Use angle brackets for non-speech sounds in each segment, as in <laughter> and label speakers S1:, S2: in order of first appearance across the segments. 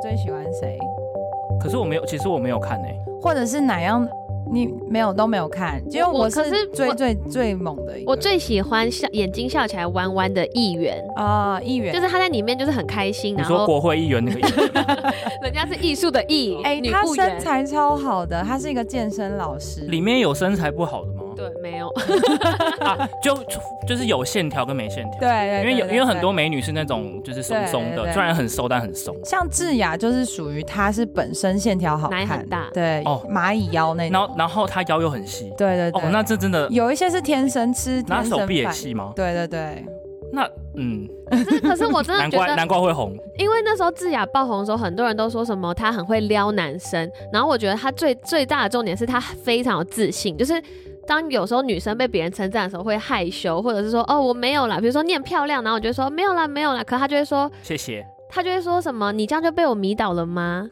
S1: 最喜欢谁，
S2: 可是我没有，其实我没有看诶、欸
S1: 或者是哪样你没有都没有看，结果
S3: 我可
S1: 是
S3: 是
S1: 追
S3: 我
S1: 最最猛的一个，
S3: 我最喜欢笑眼睛笑起来弯弯的议员，
S1: 啊议员
S3: 就是他在里面就是很开心，
S2: 你
S3: 然
S2: 说
S3: 后
S2: 国会议员那个
S1: <laughs>
S2: 议员
S3: 人家是艺术的艺，
S1: 哎，
S3: 女
S1: 他
S3: 雇
S1: 身
S3: 员。
S1: 材超好的，他是一个健身老师，
S2: 里面有身材不好的吗？
S3: 对，没有，
S2: 啊，就就是有线条跟没线条。
S1: 对对，
S2: 因为有，
S1: 对
S2: 因为很。
S1: 对
S2: 多美女是那种就是松松
S1: 对对
S2: 的，
S1: 对
S2: 虽然很瘦但很松。
S1: 像智雅就是属于她是本身线条好
S3: <laughs> 奶
S1: 看 <laughs>
S3: 很，大
S1: 对，
S2: 哦
S1: 蚂蚁腰那
S2: 然
S1: 种，
S2: 后然后她腰又很细。
S1: 对对
S2: 哦
S1: 对，，
S2: 那这真的，
S1: 有一些是天生吃，
S2: 那
S1: 天生
S2: 手臂也
S1: 饭
S2: 细吗？
S1: 对对对，
S2: 那嗯，
S3: 可是可是我真
S2: 难
S3: 的觉
S2: 怪
S3: 得，
S2: 难怪会红。
S3: 因为那时候智雅爆红的时候，很多人都说什么她很会撩男生，然后我觉得她最最大的重点是她非常有自信，就是当有时候女生被别人称赞的时候会害羞，或者是说哦我没有啦，比如说你很漂亮，然后我就说没有啦没有啦，可她就会说
S2: 谢谢。
S3: 她就会说什么你这样就被我迷倒了吗？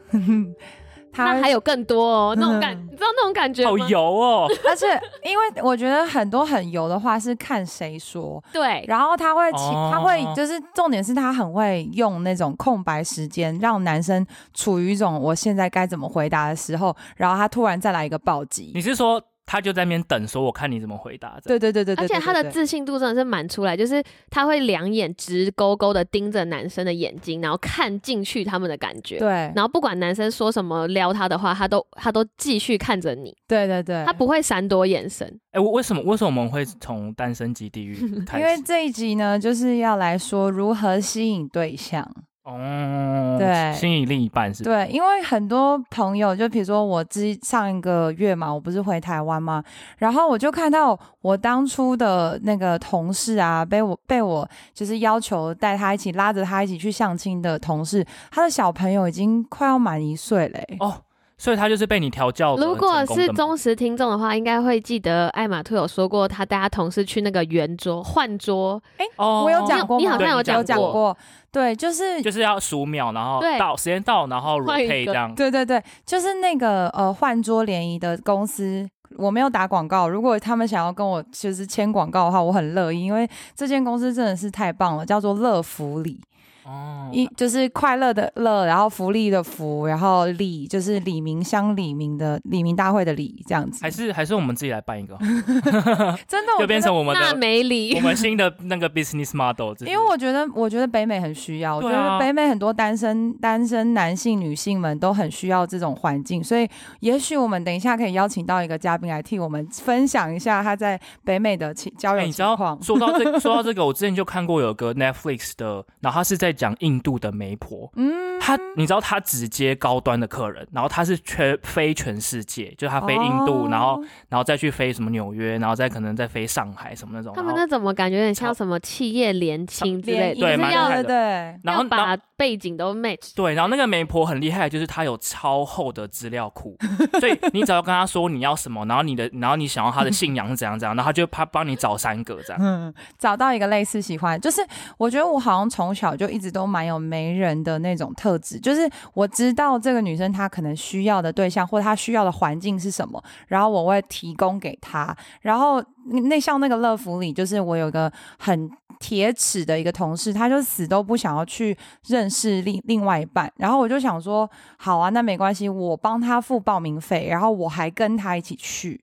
S1: 她
S3: 那还有更多哦，那种感，
S1: 嗯
S3: 你知道那种感觉
S2: 好
S3: 吗？
S2: 油哦，
S1: 而且因为我觉得很多很油的话是看谁说，
S3: 对，
S1: 然后他会请，
S2: 哦
S1: 他会就是重点是他很会用那种空白时间，让男生处于一种我现在该怎么回答的时候，然后他突然再来一个暴
S2: 你
S1: 击。
S2: 是说他就在那边等，说我看你怎么回答？这
S1: 对
S2: 样
S1: 对对对对，
S3: 而且
S1: 对
S3: 她的
S1: 对
S3: 自信度真的是满出来，就是她会两眼直勾勾的盯着男生的眼睛，然后看进去他们的感觉。
S1: 对
S3: 然后不管男生说什么撩她的话，她都她都继续看着你，
S1: 对对对
S3: 她，不会闪躲眼神。
S2: 哎，我为什么为什么我们会从单身级
S1: <laughs>
S2: 地狱
S1: 因为
S2: 开始？
S1: 这一集呢就是要来说如何吸引对象。
S2: 哦，
S1: 对
S2: 吸引另一半是。
S1: 对，因为很多朋友，就比如说我之上一个月嘛，我不是回台湾嘛，然后我就看到我当初的那个同事啊，被我被我就是要求带他一起拉着他一起去相亲的同事，他的小朋友已经快要满一岁嘞、
S2: 哦，所以他就是被你调教得
S3: 如
S2: 很成
S3: 果
S2: 功的
S3: 是
S2: 吗。
S3: 忠实听众的话，应该会记得艾玛兔有说过，她带她同事去那个圆桌换桌，
S2: 哦
S1: 我有讲过吗？
S3: 你好像
S2: 对
S3: 有
S2: 你
S1: 有
S3: 讲
S1: 讲
S3: 过。
S1: 过，对，就是
S2: 就是要数秒，然后
S3: 对
S2: 到时间到，然后
S3: 换一
S2: rotate 这
S3: 个
S2: 样。
S1: 对对对，就是那个呃换桌联谊的公司，我没有打广告。如果他们想要跟我就是签广告的话，我很乐意，因为这间公司真的是太棒了，叫做乐福里，
S2: 哦，
S1: 一就是快乐的乐，然后福利的福，然后李就是李明乡李明的李明大会的李这样子
S2: 还。是还是我们自己来办一个，
S1: 真的，我
S2: 就
S1: 觉得
S2: 变成我们
S3: 那
S2: 的
S3: 没
S2: <laughs> 我
S3: 理。
S2: 们新的那个 business model 就是。
S1: 因为我觉得，我觉得北美很需要，我觉
S2: 对
S1: 得
S2: 啊
S1: 北美很多单身单身男性、女性们都很需要这种环境，所以也许我们等一下可以邀请到一个嘉宾来替我们分享一下他在北美的情交
S2: 哎
S1: 友
S2: 你知
S1: 情
S2: 道。
S1: 况
S2: 说到这说到这个，我之前就看过有个 Netflix 的，然后他是在讲印度的媒婆，
S1: 嗯，
S2: 他你知道他只接高端的客人，然后他是全飞全世界，就他飞印度，
S1: 哦
S2: 然后然后再去飞什么纽约，然后再可能再飞上海什么那种，
S3: 他
S2: 然
S3: 们
S2: 后
S3: 那怎么感觉有点像
S2: 超
S3: 什么企业联亲之
S1: 联
S3: 类的，
S1: 谊
S2: 对
S3: 就是
S2: 蛮
S3: 要
S2: 厉
S1: 对
S2: 害的
S1: 对
S2: 然后然后
S3: 要把背景都 match
S2: 对，然后那个媒婆很厉害，就是她有超厚的资料库，所以你只要跟她说你要什么，然后你的，然后你想要她的信仰是怎样怎样，然后她就她帮你找三个这样。
S1: 嗯，找到一个类似喜欢，就是我觉得我好像从小就一直都蛮有媒人的那种特质，就是我知道这个女生她可能需要的对象或她需要的环境是什么，然后我会提供给她。然后那像那个乐福里，就是我有一个很铁齿的一个同事，他就死都不想要去认识另另外一半。然后我就想说，好啊，那没关系，我帮他付报名费，然后我还跟他一起去。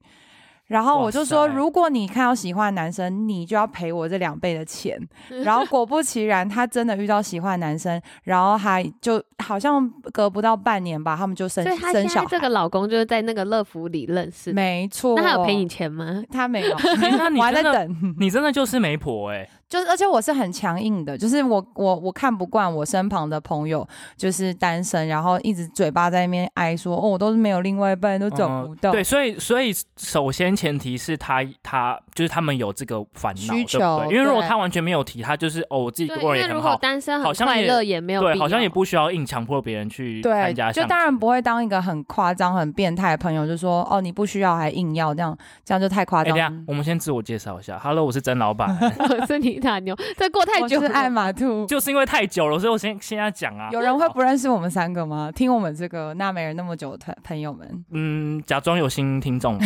S1: 然后我就说，
S2: 哇塞
S1: 如果你看到喜欢的男生，你就要赔我这两倍的
S3: <laughs>
S1: 钱。然后果不其然，他真的遇到喜欢的男生，然后还就好像隔不到半年吧，他们就生
S3: 所以她现
S1: 生
S3: 在
S1: 小
S3: 这
S1: 孩。
S3: 个老公就是在那个乐福里认识的，
S1: 没错，
S3: 那他有赔你钱吗？
S1: 他没
S3: <laughs>
S1: 有，
S2: 哎那你
S1: 我还在
S2: 真的
S1: 等。
S2: 你真的就是媒婆哎、
S1: 就是，而且我是很强硬的，就是我我我看不惯我身旁的朋友就是单身，然后一直嘴巴在那边哀说，哦，我都是没有另外一半，都找不到。
S2: 哦嗯对，所以所以首先前提是她她就是他们有这个烦恼，
S1: 需求
S2: 对不对？因为如果
S1: 对
S2: 她完全没有提，她就是哦我自己
S3: 对，
S2: 过
S3: 因
S2: 得也
S3: 为如
S2: 很
S3: 果
S2: 好，
S3: 单身
S2: 好
S3: 很
S2: 像
S3: 快
S2: 也
S3: 乐也没有
S2: 对，
S3: 必
S2: 好像
S3: 要
S2: 也
S3: <laughs>
S2: 不需要硬强迫别人去参加
S1: 对，就
S2: 相
S1: 当然
S2: 亲
S1: 不会当一个很夸张、很变态的朋友，就说哦你不需要还硬要这样，这样就太夸
S2: 哎，等
S1: 张
S2: 一。下我们先自我介绍一下，Hello，我是曾老
S1: <laughs>
S2: 板，
S3: 我是你大牛，这过太
S1: 我
S3: 久
S1: 是
S3: 了。
S1: 爱马兔。
S2: 就是因为太久了，所以我先先要讲啊，
S1: 有人会不认识我们三个吗？听我们这个那美人那么久的朋友们， <laughs>
S2: 嗯，假装有新听众嘛，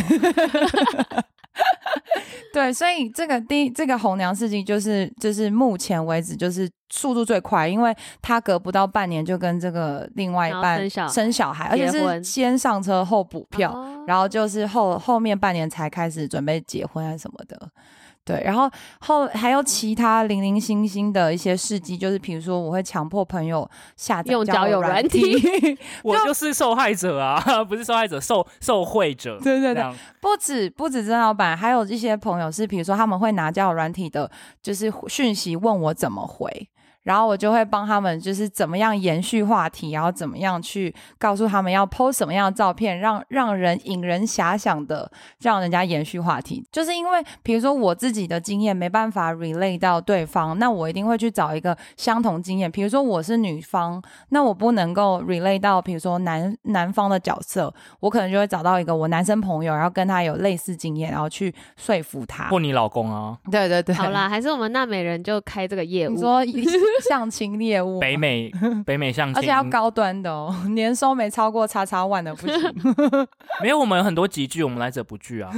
S1: 对，所以这个第一这个红娘事情就是就是目前为止就是速度最快，因为他隔不到半年就跟这个另外一
S3: 然后
S1: 半
S3: 生小
S1: 生小孩，而且
S3: 结
S1: 是
S3: 婚
S1: 先上车后补票，
S3: 哦
S1: 然后就是后后面半年才开始准备结婚啊什么的。对，然后后还有其他零零星星的一些事迹，就是比如说我会强迫朋友下载
S3: 用交友
S1: <laughs>
S3: 软体
S1: 体
S2: 我就是受害者啊， <laughs> 不是受害者，受受贿者。
S1: 对对
S2: 这
S1: 对，
S2: 样
S1: 不止不止曾老板，还有一些朋友是，比如说他们会拿交友软体的，就是讯息问我怎么回，然后我就会帮他们，就是怎么样延续话题，然后怎么样去告诉他们要 PO 什么样的照片，让让人引人遐想的，让人家延续话题。就是因为比如说我自己的经验没办法 relay 到对方，那我一定会去找一个相同经验。比如说我是女方，那我不能够 relay 到，比如说男男方的角色，我可能就会找到一个我男生朋友，然后跟他有类似经验，然后去说服他
S2: 或。你老公啊，
S1: 对对对，
S3: 好 <laughs> 啦，还是我们娜美人就开这个业务
S1: 你，说相亲猎物吗，<laughs>
S2: 北美北美相亲，
S1: 而且要高端的哦， <laughs> 年收没超过叉叉万的不
S3: <laughs>
S1: 行。
S2: 没有我们有很多集剧，我们来者不
S1: <laughs>
S2: 拒啊。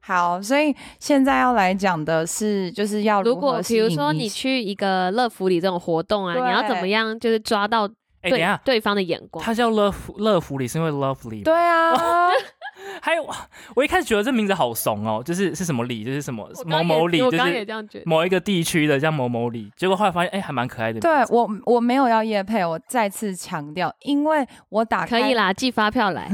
S1: 好，所以现在要来讲的是，就是要
S3: 如
S1: 何
S3: 果
S1: 吸
S3: 比
S1: 引
S3: 如说
S1: 异
S3: 你
S1: 性
S3: 去一个乐福里这种活动啊，
S1: 对
S3: 你要怎么样就是抓到
S2: 哎、
S3: 对、
S2: 等一下，
S3: 对方的眼光？
S2: 他叫乐福乐福里是因为 lovely 吗
S1: 对
S2: <laughs>
S1: 啊，
S2: 还有，我一开始觉得这名字好怂哦，就是是什么里，就是什么
S3: 我
S2: 某
S3: 刚
S2: 某
S3: 也
S2: 里，
S3: 我
S2: 就
S3: 刚也
S2: 是
S3: 这样觉得。
S2: 某一个地区的叫某某里。结果后来发现，哎、还蛮可爱的。
S1: 对，我我没有要叶配，我再次强调，因为我打
S3: 可
S1: 开
S3: 以啦，寄发
S2: <laughs>
S3: 票来。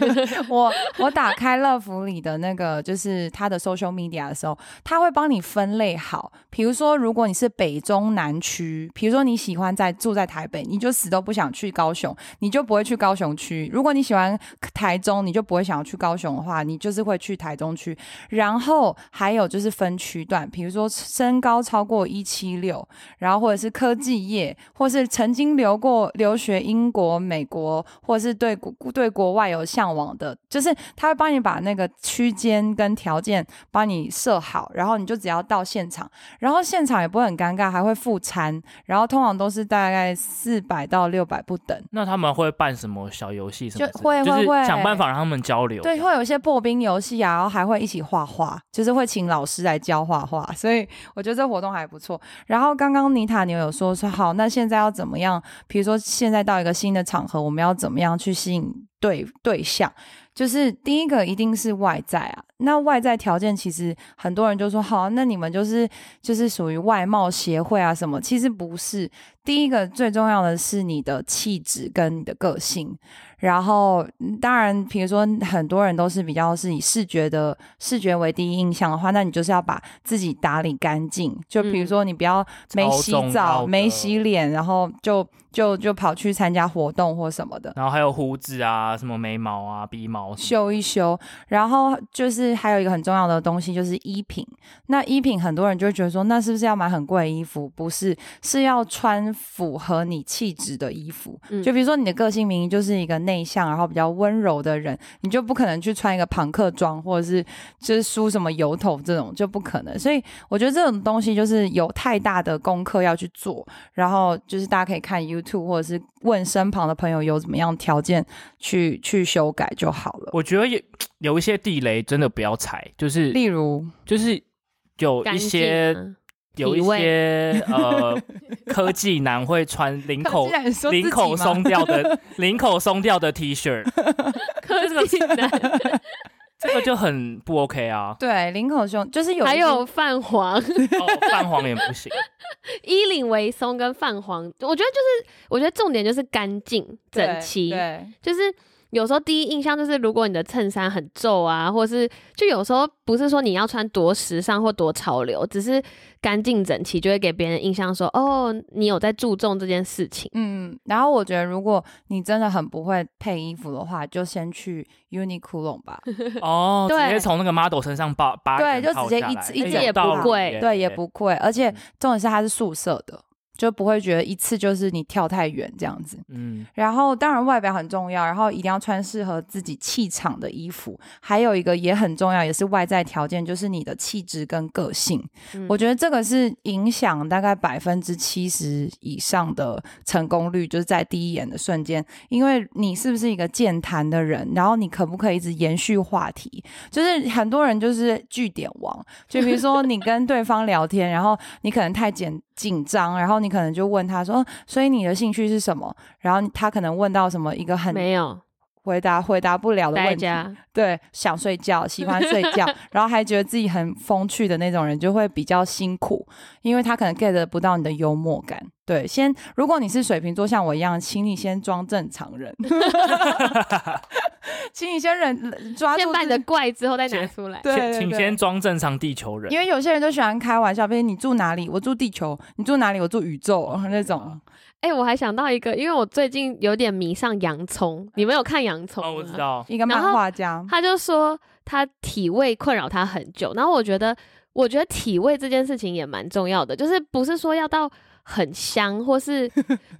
S1: <laughs> 我我打开乐福里的那个，就是它的 social media 的时候，它会帮你分类好。比如说，如果你是北中南区，比如说你喜欢在住在台北，你就死都不想去高雄，你就不会去高雄区；如果你喜欢台中，你就不会想要去高雄的话，你就是会去台中区。然后还有就是分区段，比如说身高超过一七六，然后或者是科技业，或是曾经留过留学英国、美国，或是对国对国外有向往的，就是他会帮你把那个区间跟条件帮你设好，然后你就只要到现场，然后现场也不会很尴尬，还会附餐，然后通常都是大概四百到六百不等。
S2: 那他们会办什么小游戏什么之类
S1: 就
S2: 的？
S1: 会会
S2: 就
S1: 会
S2: 是想办法让他们交流。
S1: 对，会有一些破冰游戏啊，然后还会一起画画，就是会请老师来教画画，所以我觉得这活动还不错。然后刚刚妮塔牛有说说好，那现在要怎么样？比如说现在到一个新的场合，我们要怎么样去吸引对对象？就是第一个一定是外在啊，那外在条件其实很多人就说好，那你们就是就是属于外貌协会啊什么，其实不是。第一个最重要的是你的气质跟你的个性，然后，嗯当然，比如说很多人都是比较是以视觉的视觉为第一印象的话，那你就是要把自己打理干净。就比如说你不要没
S2: 超
S1: 洗
S2: 重要
S1: 澡、
S2: 的
S1: 没洗脸，然后就就就跑去参加活动或什么的。
S2: 然后还有胡子啊，什么眉毛啊、鼻毛什么
S1: 修一修，然后就是还有一个很重要的东西就是衣品。那衣品很多人就会觉得说，那是不是要买很贵的衣服？不是，是要穿符合你气质的衣服。
S3: 嗯
S1: 就比如说你的个性明明就是一个内向，然后比较温柔的人，你就不可能去穿一个朋克装，或者是就是梳什么油头这种就不可能。所以我觉得这种东西就是有太大的功课要去做，然后就是大家可以看 YouTube 或者是问身旁的朋友有怎么样条件去去修改就好了。
S2: 我觉得也有一些地雷真的不要踩，就是
S1: 例嗯如，
S2: 就是有
S3: 干
S2: 一
S3: 净
S2: 些
S3: 啊
S2: 有一
S3: 体味
S2: 些呃
S1: <laughs>
S2: 科技男会穿领口
S1: 竟然说自己
S2: 领口
S1: 吗。
S2: 松掉的领口松掉的 T 恤，
S3: 科技男，
S2: 这个就很不 OK 啊
S1: <laughs> 对，领口胸就是有一
S3: 还
S1: 些
S3: 有泛黄，
S2: 哦，泛黄也不
S1: <laughs>
S2: 行。
S3: 衣领为松跟泛黄，我觉得就是，我觉得重点就是干净
S1: 对
S3: 整齐，
S1: 对
S3: 就是有时候第一印象就是，如果你的衬衫很皱啊，或是就有时候不是说你要穿多时尚或多潮流，只是干净整齐，就会给别人印象说，哦，你有在注重这件事情。
S1: 嗯，然后我觉得，如果你真的很不会配衣服的话，就先去 Uniqlo 吧。
S2: 哦，直
S3: 对
S2: 接从那个 model 身上扒扒一
S1: 对
S2: 整
S1: 就
S2: 套
S1: 直接
S2: 下
S1: 一
S2: 来
S1: 直一
S2: 哎
S1: 整
S2: 有
S3: 也不
S2: 道理
S3: 贵
S2: 耶
S1: 对，也不贵，而且重点是它是素色的，就不会觉得一次就是你跳太远这样子。
S2: 嗯，
S1: 然后当然外表很重要，然后一定要穿适合自己气场的衣服。还有一个也很重要，也是外在条件，就是你的气质跟个性。
S3: 嗯
S1: 我觉得这个是影响大概百分之七十以上的成功率，就是在第一眼的瞬间，因为你是不是一个健谈的人，然后你可不可以一直延续话题？就是很多人就是据点王，就比如说你跟对方聊天，然后你可能太紧紧张，然后你可能就问他说，哦所以你的兴趣是什么？然后他可能问到什么一个很
S3: 没有
S1: 回答回答不了的
S3: 待
S1: 问题，
S3: 家，
S1: 对，想睡觉，喜欢睡
S3: <laughs>
S1: 觉，然后还觉得自己很风趣的那种人，就会比较辛苦，因为他可能 get 不到你的幽默感。对，先如果你是水瓶座，像我一样，请你先装正常
S3: <laughs>
S1: 人，请你先忍抓住
S3: 先把你
S1: 自
S3: 的
S1: 己
S3: 怪之后再
S1: <laughs>
S3: 拿出来。
S1: 对对
S2: 请
S1: 对
S2: 请先装正常地球人
S1: 因。为有些人就喜欢开玩笑，比如你住哪里，我住地球；你住哪里，我住宇宙那
S2: 啊
S1: 种。
S3: 哎、我还想到一个，因为我最近有点迷上洋葱，你们有看洋葱
S2: 哦，我
S1: 啊
S3: 吗
S2: 知道，
S1: 一个
S3: 然后
S1: 漫画
S3: <laughs>
S1: 家，
S3: 他就说他体味困扰他很久，然后我觉得，我觉得体味这件事情也蛮重要的，就是不是说要到很香，或是，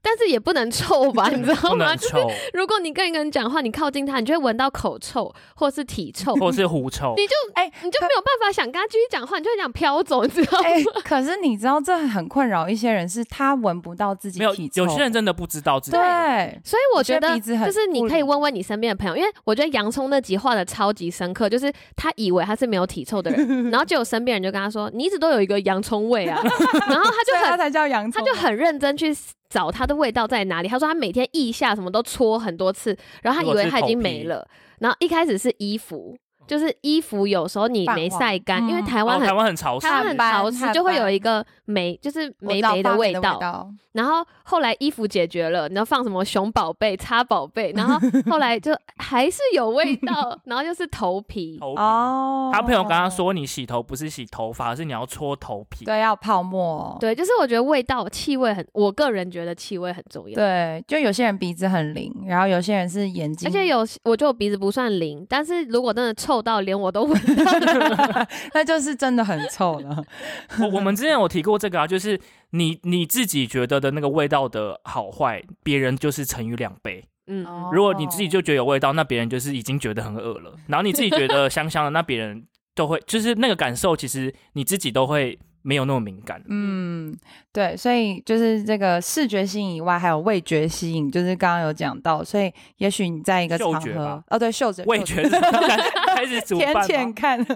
S3: 但是也不能臭吧，你知道
S2: 不
S3: 吗？
S1: <laughs>
S3: <laughs>
S2: 能
S3: 就是
S2: 臭，
S3: 如果你跟一个人讲话，你靠近他，你就会闻到口臭或是体臭，
S2: 或是狐臭
S3: 你，就
S1: 哎、
S3: 你就没有办法想跟他继续讲话，你就会想飘走，你知道吗？
S1: 哎、可是你知道这很困扰一些人，是他闻不到自己
S2: 没有
S1: 体臭。
S2: 有些人真的不知道自己。
S1: 对，
S3: 所以我觉
S1: 有
S3: 得
S1: 些鼻子很
S3: 就是你
S1: 不
S3: 可以
S1: 灵
S3: 问问你身边的朋友，因为我觉得洋葱那集画的超级深刻，就是他以为他是没有体臭的
S1: <laughs>
S3: 人，然后结果身边人就跟他说：“你一直都有一个洋葱味啊。”然后
S1: 所
S3: 他
S1: 以
S3: 就
S1: 他
S3: 很
S1: 才叫洋
S3: 他
S1: 葱。啊
S3: 就很认真去找它的味道在哪里。他说他每天腋下什么都搓很多次，然后他以为他已经没了。然后一开始是衣服，就是衣服有时候你没晒干，
S1: 泛黄
S3: 因为
S1: 嗯
S3: 台湾
S2: 哦，
S3: 很
S2: 台。湾很潮湿
S3: 台，湾很
S1: 汗
S3: 潮
S1: 斑
S3: 湿，
S1: 汗
S3: 就会有
S1: 斑
S3: 一个霉，就是
S1: 我
S3: 霉
S1: 知道
S3: 霉的
S1: 发霉
S3: 味
S1: 的
S3: 道。
S1: 道，
S3: 然后后来衣服解决了，然后放什么熊宝贝、擦
S1: <laughs>
S3: 宝贝，然后后来就还是有味道， <laughs> 然后就是头皮。
S2: 头皮。
S1: 哦
S2: 他朋友跟他，说，你洗头不是洗头发，是你要搓头皮。
S1: 对，要泡沫。
S3: 对，就是我觉得味道、气味很，我个人觉得气味很重要。
S1: 对，就有些人鼻子很灵，然后有些人是眼睛，
S3: 而且有， <laughs> 我觉得我鼻子不算灵，但是如果真的臭到连我都闻到
S1: <laughs> 那就是真的很臭了。
S2: 我我们之前有提过这个啊，就是你你自己觉得的那个味道的好坏，别人就是乘以两倍。
S3: 嗯，
S1: 哦
S2: 如果你自己就觉得有味道，那别人就是已经觉得很恶了。然后你自己觉得香香的，那别人都会就是那个感受，其实你自己都会没有那么敏感。
S1: 嗯，对，所以就是这个视觉吸引以外，还有味觉吸引，就是刚刚有讲到，所以也许你在一个
S2: 嗅
S1: 场
S2: 觉
S1: 合
S2: 吧，
S1: 哦，对，嗅觉，
S2: 味
S1: 嗅
S2: 觉是开始煮
S1: 舔
S2: 饭
S1: 舔
S2: 吗，
S1: 看，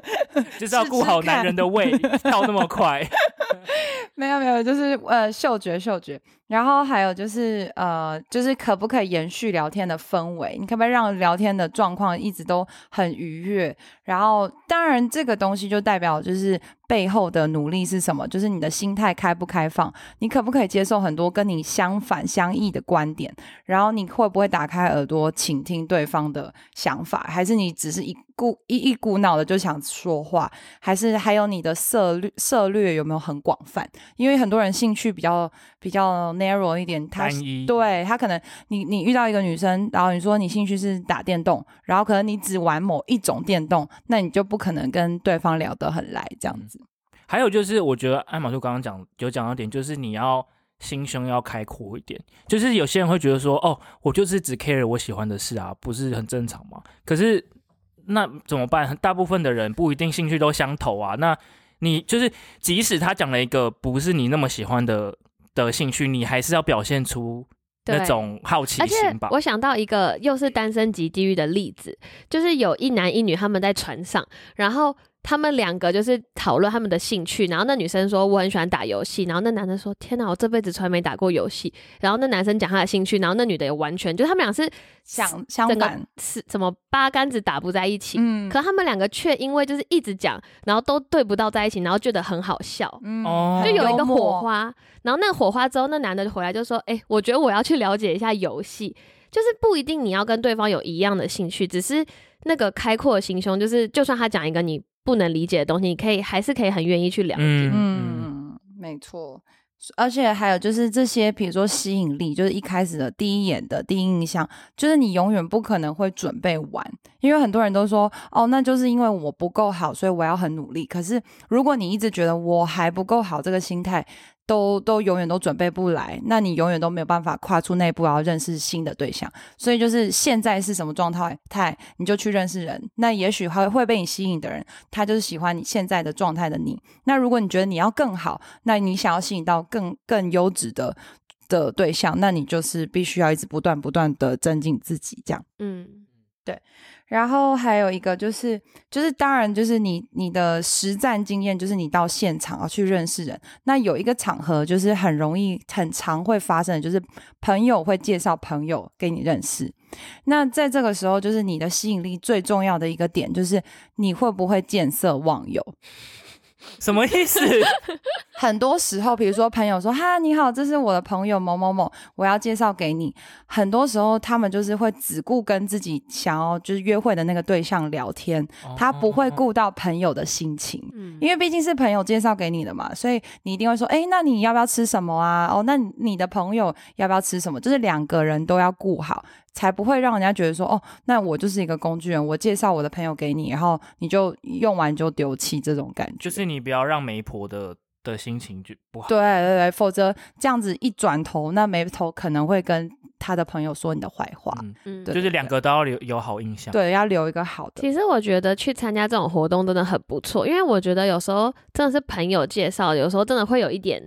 S2: 就是要顾好男人的胃，跳那么快。
S1: <laughs> 没有没有，就是呃嗅觉嗅觉，然后还有就是呃，就是可不可以延续聊天的氛围？你可不可以让聊天的状况一直都很愉悦？然后当然这个东西就代表就是背后的努力是什么，就是你的心态开不开放，你可不可以接受很多跟你相反相异的观点？然后你会不会打开耳朵倾听对方的想法？还是你只是一股一一股脑的就想说话？还是还有你的策略策略有没有很广泛？因为很多人兴趣比较比较 narrow 一点，他
S2: 单一，
S1: 对他可能你你遇到一个女生，然后你说你兴趣是打电动，然后可能你只玩某一种电动，那你就不可能跟对方聊得很来这样子。
S2: 还有就是，我觉得艾玛就刚刚讲有讲到点，就是你要心胸要开阔一点。就是有些人会觉得说，哦，我就是只 care 我喜欢的事啊，不是很正常吗？可是那怎么办？大部分的人不一定兴趣都相投啊。那你就是即使他讲了一个不是你那么喜欢的的兴趣，你还是要表现出
S3: 对
S2: 那种好奇
S3: 而且
S2: 心吧。嗯
S3: 我想到一个又是单身级地狱的例子，就是有一男一女他们在船上，然后他们两个就是讨论他们的兴趣，然后那女生说我很喜欢打游戏，然后那男生说天哪，我这辈子从来没打过游戏，然后那男生讲他的兴趣，然后那女的也完全就他们俩是
S1: 相相
S3: 整个
S1: 反，
S3: 是怎么八竿子打不在一起，
S1: 嗯
S3: 可他们两个却因为就是一直讲，然后都对不到在一起，然后觉得很好笑。
S1: 嗯
S2: 哦
S3: 就有一
S1: 很
S3: 个
S1: 幽默
S3: 火花，然后那火花之后，那男的回来就说：“哎、我觉得我要去了解一下游戏，就是不一定你要跟对方有一样的兴趣，只是那个开阔的心胸，就是就算他讲一个你不能理解的东西，你可以还是可以很愿意去了解。
S2: 嗯嗯，
S1: 嗯，没错。而且还有就是这些，比如说吸引力，就是一开始的第一眼的第一印象，就是你永远不可能会准备完，因为很多人都说哦，那就是因为我不够好，所以我要很努力。可是如果你一直觉得我还不够好这个心态，都都永远都准备不来，那你永远都没有办法跨出那一步，然后认识新的对象。所以就是现在是什么状态态，你就去认识人。那也许还会被你吸引的人，他就是喜欢你现在的状态的你。那如果你觉得你要更好，那你想要吸引到更更优质的的对象，那你就是必须要一直不断不断的增进自己这样。
S3: 嗯，
S1: 然后还有一个就是，就是当然就是你你的实战经验，就是你到现场要去认识人。那有一个场合就是很容易、很常会发生的，就是朋友会介绍朋友给你认识。那在这个时候，就是你的吸引力最重要的一个点，就是你会不会见色忘友。
S2: 什么意思？ <laughs>
S1: 很多时候，比如说朋友说：“哈，你好，这是我的朋友某某某，我要介绍给你。”很多时候，他们就是会只顾跟自己想要就是约会的那个对象聊天，他不会顾到朋友的心情。
S3: 嗯
S1: 因为毕竟是朋友介绍给你的嘛，所以你一定会说，哎、那你要不要吃什么啊？哦，那你的朋友要不要吃什么？啊哦就是两个人都要顾好，才不会让人家觉得说，哦，那我就是一个工具人，我介绍我的朋友给你，然后你就用完就丢弃这种感觉。
S2: 就是你不要让媒婆的的心情就不好。
S1: 对对对，否则这样子一转头，那眉头可能会跟他的朋友说你的坏话。
S2: 嗯，
S3: 嗯，
S1: 啊对
S2: 就是两个都要有有好印象。
S1: 对，要留一个好的。
S3: 其实我觉得去参加这种活动真的很不错，因为我觉得有时候真的是朋友介绍，有时候真的会有一点，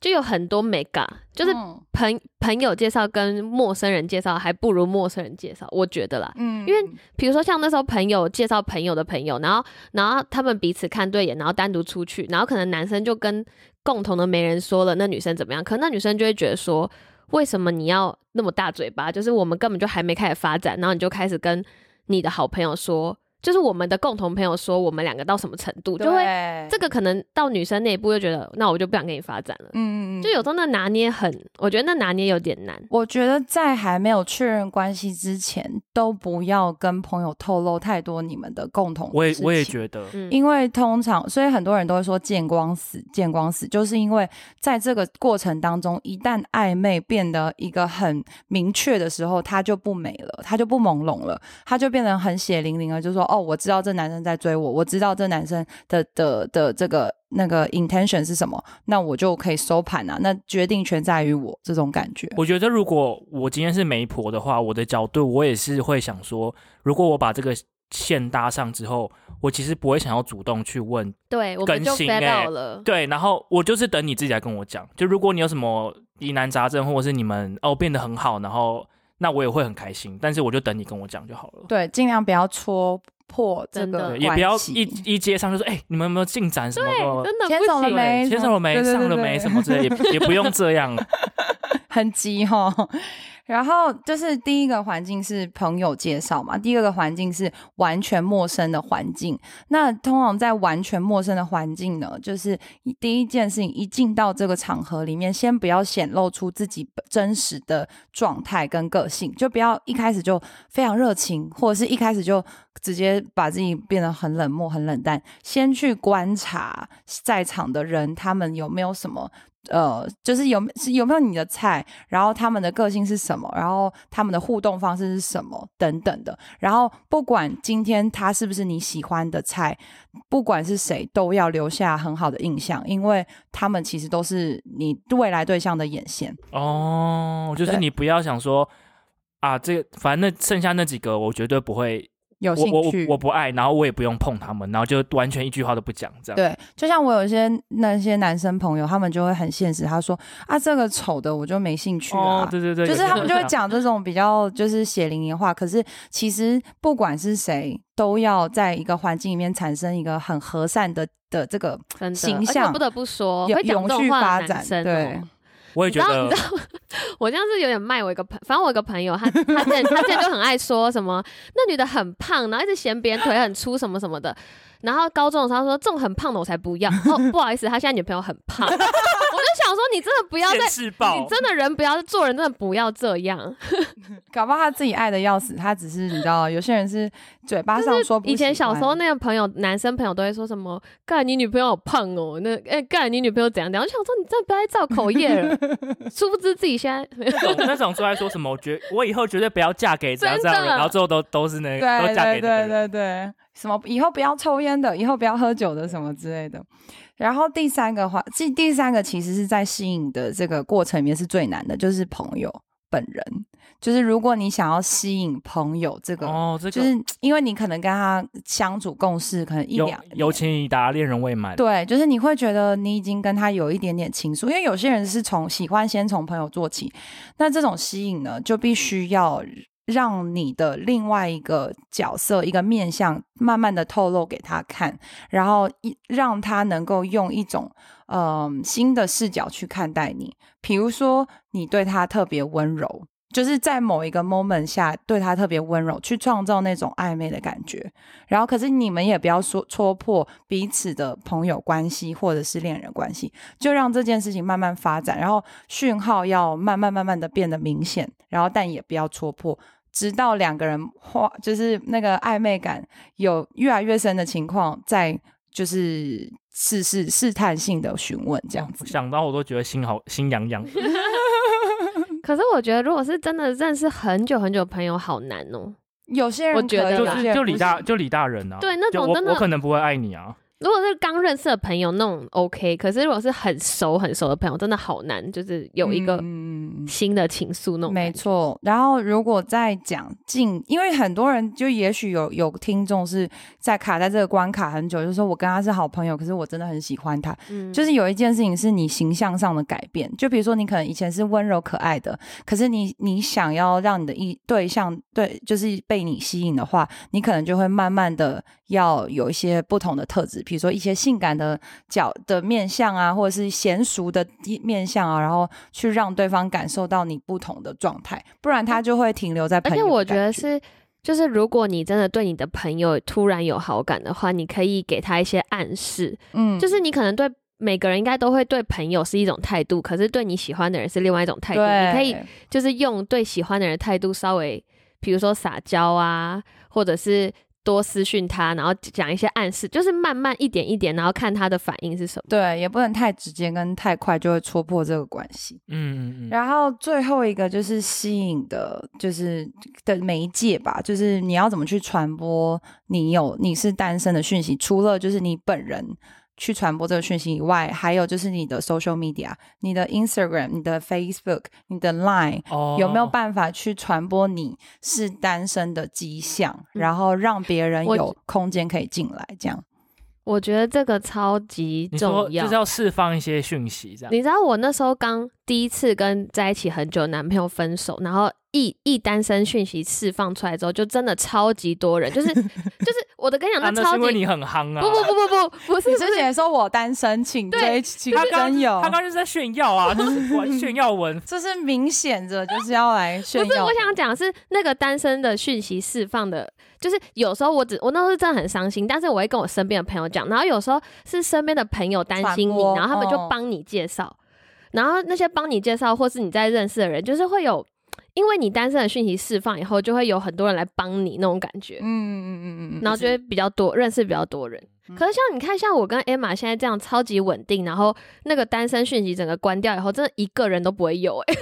S3: 就有很多 mega，就是
S1: 嗯
S3: 朋、朋友介绍跟陌生人介绍还不如陌生人介绍，我觉得啦。
S1: 嗯
S3: 因为比如说像那时候朋友介绍朋友的朋友，然后然后他们彼此看对眼，然后单独出去，然后可能男生就跟共同的媒人说了那女生怎么样，可那女生就会觉得说，为什么你要那么大嘴巴？就是我们根本就还没开始发展，然后你就开始跟你的好朋友说，就是我们的共同朋友说我们两个到什么程度，就会
S1: 对
S3: 这个可能到女生那一步就觉得，那我就不想跟你发展了。
S1: 嗯嗯嗯
S3: 就有时候那拿捏很，我觉得那拿捏有点难。
S1: 我觉得在还没有确认关系之前，都不要跟朋友透露太多你们的共同的
S2: 我也
S1: 事情
S2: 我也觉得，
S3: 嗯，
S1: 因为通常，所以很多人都会说“见光死”，“见光死”，就是因为在这个过程当中，一旦暧昧变得一个很明确的时候，它就不美了，它就不朦胧了，它就变得很血淋淋了。就说哦，我知道这男生在追我，我知道这男生的的的这个那个 intention 是什么，那我就可以收盘啊，那决定权在于我这种感觉。
S2: 我觉得如果我今天是媒婆的话，我的角度我也是会想说，如果我把这个线搭上之后，我其实不会想要主动去问
S3: 对，我们就
S2: 更新
S3: fade
S2: 欸
S3: out 了。
S2: 对，然后我就是等你自己来跟我讲。就如果你有什么疑难杂症，或者是你们哦变得很好，然后那我也会很开心。但是我就等你跟我讲就好了。
S1: 对，尽量不要戳破这
S3: 真的
S1: 个关
S2: 对，
S1: 系，
S2: 也不要一一接上就说哎、你们有没有进展什么
S3: 对，
S2: 的？
S3: 真的
S1: 牵
S3: 不
S1: 手了
S3: 行
S1: 没
S2: 牵手了没？
S1: 对对对
S2: 上了
S1: 对
S2: 没？什么
S1: <laughs>
S2: 之类的，也也不用这样。
S1: 很急哈。然后就是第一个环境是朋友介绍嘛，第二个环境是完全陌生的环境。那通常在完全陌生的环境呢，就是第一件事情，一进到这个场合里面，先不要显露出自己真实的状态跟个性，就不要一开始就非常热情，或者是一开始就直接把自己变得很冷漠、很冷淡。先去观察在场的人，他们有没有什么呃，就是有是有没有你的菜，然后他们的个性是什么，然后他们的互动方式是什么等等的。然后不管今天他是不是你喜欢的菜，不管是谁，都要留下很好的印象，因为他们其实都是你未来对象的眼线。
S2: 哦，就是
S1: 对
S2: 你不要想说啊，这个反正那剩下那几个我绝对不会，
S1: 有
S2: 我
S1: 兴
S2: 我我
S1: 趣
S2: 我不爱，然后我也不用碰他们，然后就完全一句话都不讲这样。
S1: 对，就像我有一些那些男生朋友，他们就会很现实，他说啊，这个丑的我就没兴趣啊。
S2: 哦，对对对，
S1: 就
S2: 有
S1: 是
S2: 些
S1: 他们
S2: 人
S1: 就会
S2: 这样，
S1: 讲这种比较就是血淋淋的话，可是其实不管是谁，都要在一个环境里面产生一个很和善的的这个
S3: 真的
S1: 形
S3: 而且
S1: 象
S3: 不得不说，
S1: 有
S3: 会讲
S1: 永
S3: 这
S1: 续
S3: 种话
S1: 发
S3: 的男
S1: 展
S3: 生、哦，
S1: 对
S2: 我也
S3: 你知
S2: 觉
S3: 道，
S2: 得
S3: 你知道，我这样是有点卖我一个朋，反正我有一个朋友，他他之前他之前就很爱说什么，那女的很胖，然后一直嫌别人腿很粗什么什么的。然后高中的时候他说这种很胖的我才不要，哦不好意思，他现在女朋友很胖。我 <laughs> 就想说你真的不要再
S2: 现，世报
S3: 你。真的人不要做人真的不要这样。
S1: 搞不好他自己爱的要死，他只是你知道，有些人是嘴巴上说哦不喜欢。
S3: 以前小时候那个朋友，男生朋友都会说什么“干你女朋友好胖哦”，那哎干、你女朋友怎样怎样。我想说你真的不要再造口业
S1: <laughs>
S3: 了，殊不知自己现在
S2: 那种那种出来说什么，我绝我以后绝对不要嫁给这样
S3: 真
S2: 这样的人，
S3: 的
S2: <laughs> 然后最后都都是那个
S1: 对
S2: 都嫁
S1: 对
S2: 给那个
S1: 对
S2: 人。
S1: 对对，什么以后不要抽烟的，以后不要喝酒的什么之类的。然后第三个话，第第三个其实是在吸引的这个过程里面是最难的，就是朋友本人。就是如果你想要吸引朋友，这个、
S2: 哦，这个
S1: 就是因为你可能跟他相处共事可能一
S2: 友
S1: 两年
S2: 友情已达，恋人未满。
S1: 对，就是你会觉得你已经跟他有一点点情愫，因为有些人是从喜欢先从朋友做起，那这种吸引呢，就必须要让你的另外一个角色一个面相慢慢的透露给他看，然后一让他能够用一种嗯、新的视角去看待你，比如说你对他特别温柔。就是在某一个 moment 下对他特别温柔，去创造那种暧昧的感觉。然后可是你们也不要说戳破彼此的朋友关系或者是恋人关系，就让这件事情慢慢发展，然后讯号要慢慢慢慢的变得明显，然后但也不要戳破。直到两个人化，就是那个暧昧感有越来越深的情况，再就是试试试探性的询问这样子。
S2: 想到我都觉得心好心
S1: <laughs>
S2: 痒痒。
S1: 啊
S3: 可是我觉得，如果是真的认识很久很久的朋友，好难哦、
S1: 有些人
S3: 我觉
S1: 可以
S3: 得
S1: 有
S2: 就
S1: 些
S3: 啦
S1: 人
S2: 是就
S1: 不
S2: 李大就李大人啊，
S3: 对那
S2: 就
S3: 种
S2: 我
S3: 真的
S2: 我可能不会爱你啊，
S3: 如果是刚认识的朋友，那种 OK。可是如果是很熟很熟的朋友，真的好难，就是有一个
S1: 嗯
S3: 新的情愫那种
S1: 没
S3: 感觉。
S1: 错，然后如果再讲进，因为很多人就也许有有听众是在卡在这个关卡很久，就是说我跟他是好朋友，可是我真的很喜欢他。
S3: 嗯
S1: 就是有一件事情是你形象上的改变，就比如说你可能以前是温柔可爱的，可是你你想要让你的一对象对就是被你吸引的话，你可能就会慢慢的要有一些不同的特质，比如说一些性感的角的面相啊，或者是娴熟的一面相啊，然后去让对方感受到你不同的状态，不然他就会停留在
S3: 哎而
S1: 朋
S3: 且
S1: 友的感。
S3: 我觉得是，就是如果你真的对你的朋友突然有好感的话，你可以给他一些暗示，
S1: 嗯，
S3: 就是你可能对。每个人应该都会对朋友是一种态度，可是对你喜欢的人是另外一种态度。
S1: 对，
S3: 你可以就是用对喜欢的人的态度稍微，比如说撒娇啊，或者是多私讯他，然后讲一些暗示，就是慢慢一点一点，然后看他的反应是什么。
S1: 对，也不能太直接跟太快，就会戳破这个关系。
S2: 嗯嗯嗯，
S1: 然后最后一个就是吸引的，就是的媒介吧，就是你要怎么去传播你有你是单身的讯息，除了就是你本人去传播这个讯息以外，还有就是你的 social media，你的 Instagram、你的 Facebook、你的 Line。
S2: 哦
S1: 有没有办法去传播你是单身的迹象，
S3: 嗯
S1: 然后让别人
S3: 我
S1: 有空间可以进来？这样，
S3: 我觉得这个超级
S2: 你说
S3: 重
S2: 就
S3: 要
S2: 是。要释放一些讯息，这样
S3: 你知道我那时候刚第一次跟在一起很久的男朋友分手，然后一一单身讯息释放出来之后，就真的超级多人，就是就是我的跟你
S2: <laughs> 啊，
S3: 讲，那
S2: 那是
S3: 超
S2: 因为
S3: 级、
S2: 你很夯啊。
S3: 不不不不不不是
S1: 你
S3: 不
S1: 之
S3: 是
S1: 前说我单身，请
S3: 对
S1: 追，请
S2: 他刚
S1: 真友，
S2: 他刚就是在炫耀啊，就是玩炫
S1: <laughs>。
S2: 耀文
S1: 这是明显着就是要来炫
S3: <laughs> 不是，
S1: 耀。
S3: 我想讲的是那个单身的讯息释放的，就是有时候我只我那时候真的很伤心，但是我会跟我身边的朋友讲，然后有时候是身边的朋友担心
S1: 传
S3: 你，
S1: 播
S3: 然后他们就
S1: 哦
S3: 帮你介绍，然后那些帮你介绍或是你在认识的人，就是会有因为你单身的讯息释放以后，就会有很多人来帮你那种感觉。
S1: 嗯嗯嗯嗯嗯，
S3: 然后就会比较多认识比较多人。
S1: 嗯
S3: 可是像你看，像我跟 Emma 现在这样超级稳定，然后那个单身讯息整个关掉以后，真的一个人都不会有哎、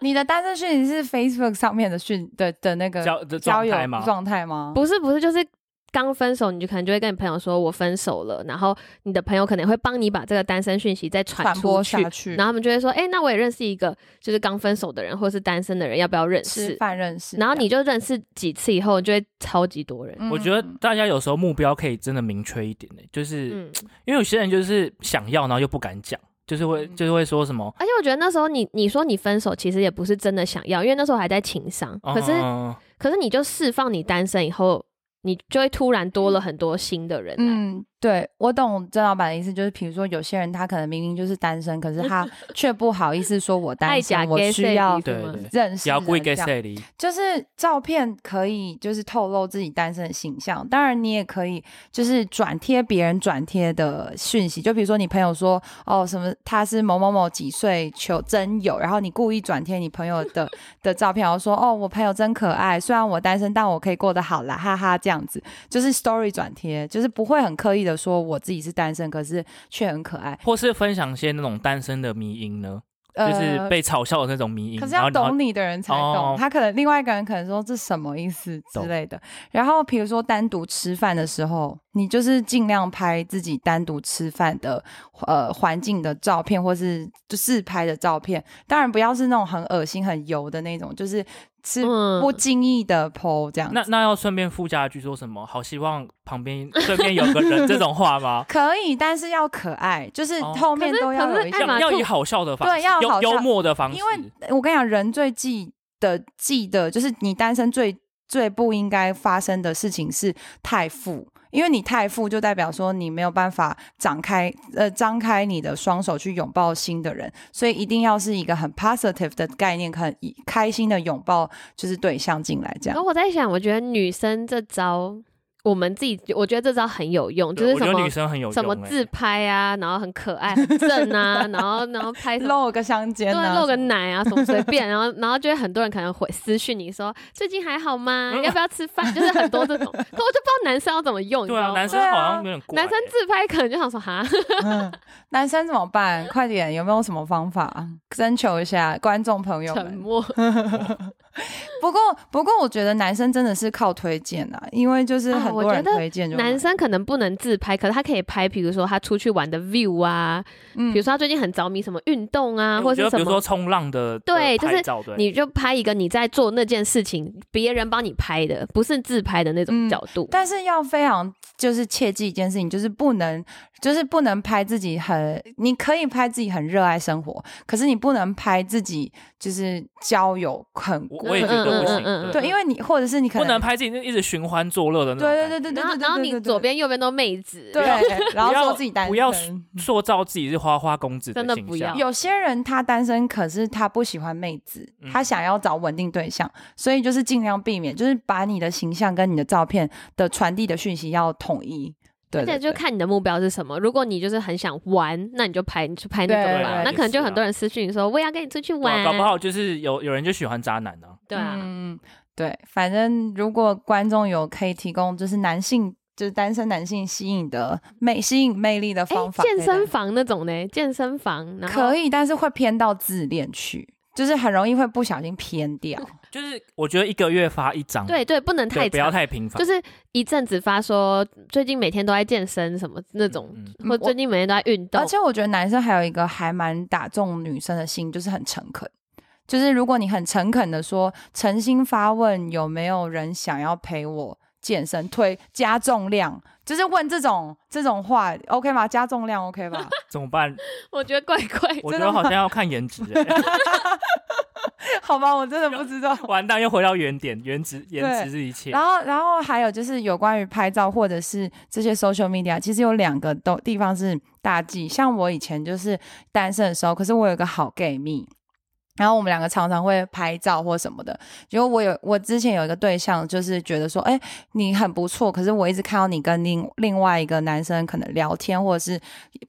S1: 你的单身讯息是 Facebook 上面的讯的的那个
S2: 交的
S1: 呃交
S2: 状
S1: 友
S2: 态嘛，
S1: 状态吗？
S3: 不是不是，就是刚分手，你就可能就会跟你朋友说我分手了，然后你的朋友可能会帮你把这个单身讯息再传
S1: 传
S3: 出
S1: 播
S3: 去，
S1: 下去，
S3: 然后他们就会说，哎、那我也认识一个就是刚分手的人或是单身的人，要不要认
S1: 吃
S3: 识？
S1: 饭认识，
S3: 然后你就认识几次以后，就会超级多人。
S1: 嗯，
S2: 我觉得大家有时候目标可以真的明确一点呢、就是、
S3: 嗯，
S2: 因为有些人就是想要，然后又不敢讲，就是会
S1: 嗯
S2: 就是会说什么，
S3: 而且我觉得那时候你你说你分手，其实也不是真的想要，因为那时候还在情商。
S1: 啊
S3: 可是、
S2: 嗯
S3: 可是你就释放你单身以后，你就会突然多了很多新的人啊来。
S1: 嗯，对我懂郑老板的意思，就是比如说有些人他可能明明就是单身，可是他却不好意思说我单
S3: 爱假
S1: 身，我
S3: gay
S1: 需要
S2: 对对，
S1: 认识
S2: 也要
S1: 人
S2: 故意给
S1: 这样
S2: 谁理，
S1: 就是照片可以就是透露自己单身的形象，当然你也可以就是转贴别人转贴的讯息，就比如说你朋友说哦什么他是某某某几岁求真友，然后你故意转贴你朋友的的照片，然后说哦我朋友真可爱，虽然我单身，但我可以过得好啦，哈哈这样子，就是 story 转贴，就是不会很刻意的说我自己是单身，可是却很可爱，
S2: 或是分享一些那种单身的迷音呢？啊
S1: 呃，
S2: 就是被嘲笑的那种迷因。
S1: 可是
S2: 然
S1: 要
S2: 后然后
S1: 懂你的人才懂，
S2: 哦
S1: 他可能另外一个人可能说这什么意思之
S2: 懂
S1: 类的。然后比如说单独吃饭的时候，你就是尽量拍自己单独吃饭的呃环境的照片，或是就自拍的照片。当然不要是那种很恶心、很油的那种，就是吃
S3: 嗯
S1: 不经意的 PO 这样。
S2: 那那要顺便附加一句说什么？好希望旁边 <laughs> 对面有个人这种话吗？
S1: 可以，但是要可爱，就是
S2: 哦
S1: 后面
S3: 可是
S1: 都要
S3: 可是
S1: 有一些
S3: 艾玛
S2: 要要
S3: 兔
S2: 以好笑的方
S1: 对
S2: 式，
S1: 要好
S2: 幽
S1: 笑
S2: 幽默的方式，
S1: 因为呃我跟你讲，人最记的记得就是你单身最最不应该发生的事情是太富，因为你太富就代表说你没有办法展开呃张开你的双手去拥抱新的人，所以一定要是一个很 positive 的概念，很以开心的拥抱就是对象进来这
S3: 然
S1: 样。
S3: 后我在想，我觉得女生这招，我们自己我觉得这招很有用，就
S2: 对
S3: 是
S2: 我觉
S3: 什
S2: 得
S3: 么
S2: 女生很有用
S3: 什么
S2: 欸
S3: 自拍啊，然后很可爱、很正
S2: <laughs>
S3: 啊，然后然后拍什么。
S1: 露个香肩
S3: 对，
S1: 呢、
S3: 露个奶啊，什么随便，然后然后就会很多人可能回私讯你说最近还好吗？
S2: 嗯
S3: 要不要吃饭？就是很多这种，可我就不知道男生要怎么用，你
S2: <laughs>
S3: 知
S2: 对
S3: 道
S2: 啊，
S3: 吗
S2: 男生
S1: 对啊
S2: 好像有点怪欸、
S3: 男生自拍可能就想说哈，
S1: 嗯，男生怎么办？快点，有没有什么方法？征求一下观众朋友
S3: 沉
S1: 们。
S3: 默，
S1: 不过，不过，我觉得男生真的是靠推荐啊，因为就是
S3: 啊
S1: 很
S3: 我
S1: 多
S3: 觉
S1: 人
S3: 得
S1: 推荐就买、
S3: 男生可能不能自拍，可是他可以拍，比如说他出去玩的 view 啊，
S1: 嗯
S3: 比如说他最近很着迷什么运动啊，
S2: 欸
S3: 或
S2: 我觉得
S3: 者是
S2: 比
S3: 什
S2: 如说
S3: 么，
S2: 冲浪的
S3: 对就是
S2: 你
S3: 你就拍一个你在做那件事情，别人帮你拍的，不是自拍的那种
S1: 嗯
S3: 角度。
S1: 但是要非常就是切记一件事情，就是不能，就是不能拍自己很，你可以拍自己很热爱生活，可是你不能拍自己就是交友很
S2: 我
S1: 过
S2: 我也觉得
S1: 分
S2: 不行，
S3: 嗯嗯嗯
S1: 对，因为你或者是你可
S2: 不
S1: 能
S2: 能拍自己一直寻欢作乐的那种，
S1: 对对对对对
S3: 然后
S1: 对，
S3: 然后
S1: 对
S3: 你
S1: 对
S3: 左边右边都妹子，
S1: 对，然后
S2: 不要
S1: 说自己单身，
S2: 不要塑造自己是花花公子
S3: 真的
S2: 形
S3: 不
S2: 象啊
S3: 要
S1: 有些人他单身，可是他不喜欢妹子，
S2: 嗯
S1: 他想要找稳定对象，所以就是尽量避免，就是把你的形象跟你的照片的传递的讯息要统一。对
S3: 而且
S1: 对
S3: 就
S1: 对，
S3: 看你的目标是什么。如果你就是很想玩，那你就拍，你去拍那
S1: 对
S3: 个
S1: 对
S3: 吧。
S1: 对
S3: 那可
S2: 也
S3: 能就是
S2: 啊
S3: 很多人私讯你说我也要跟你出去
S2: 对啊
S3: 玩，
S2: 搞不好就是有有人就喜欢渣男呢、啊。
S3: 对啊，
S1: 嗯，对，反正如果观众有可以提供，就是男性。就是单身男性吸引的魅吸引魅力的
S3: 哎、
S1: 方法，
S3: 健身
S1: 对
S3: 房那种呢？健身房然后
S1: 可以，但是会偏到自恋去，就是很容易会不小心偏掉。
S2: 就是我觉得一个月发一张，
S3: 对对，不能
S2: 对，
S3: 太
S2: 不要
S3: 长。
S2: 太频繁，
S3: 就是是一阵子发说最近每天都在健身什么那种，
S2: 嗯
S1: 嗯
S3: 或
S1: 我
S3: 最近每天都在运动
S1: 而，且我觉得男生还有一个还蛮打中女生的心，就是很诚恳。就是如果你很诚恳的说，诚心发问，有没有人想要陪我健身、推加重量，就是问这种这种话，OK 吗？加重量 OK 吧？ <laughs>
S2: 怎么办？
S3: 我觉得怪怪的。
S2: 我觉
S1: 真的
S2: 得好
S1: 吗
S2: 像要看颜值、 <laughs> 欸，
S1: 好吧，我真的不知道。
S2: 完蛋又回到原点，颜值颜值是一切
S1: 然。后，然后还有就是有关于拍照或者是这些 social media，其实有两个都地方是大忌。像我以前就是单身的时候，可是我有一个好 gay 蜜，然后我们两个常常会拍照或什么的。结果我有我之前有一个对象，就是觉得说，哎，你很不错，可是我一直看到你跟另另外一个男生可能聊天或者是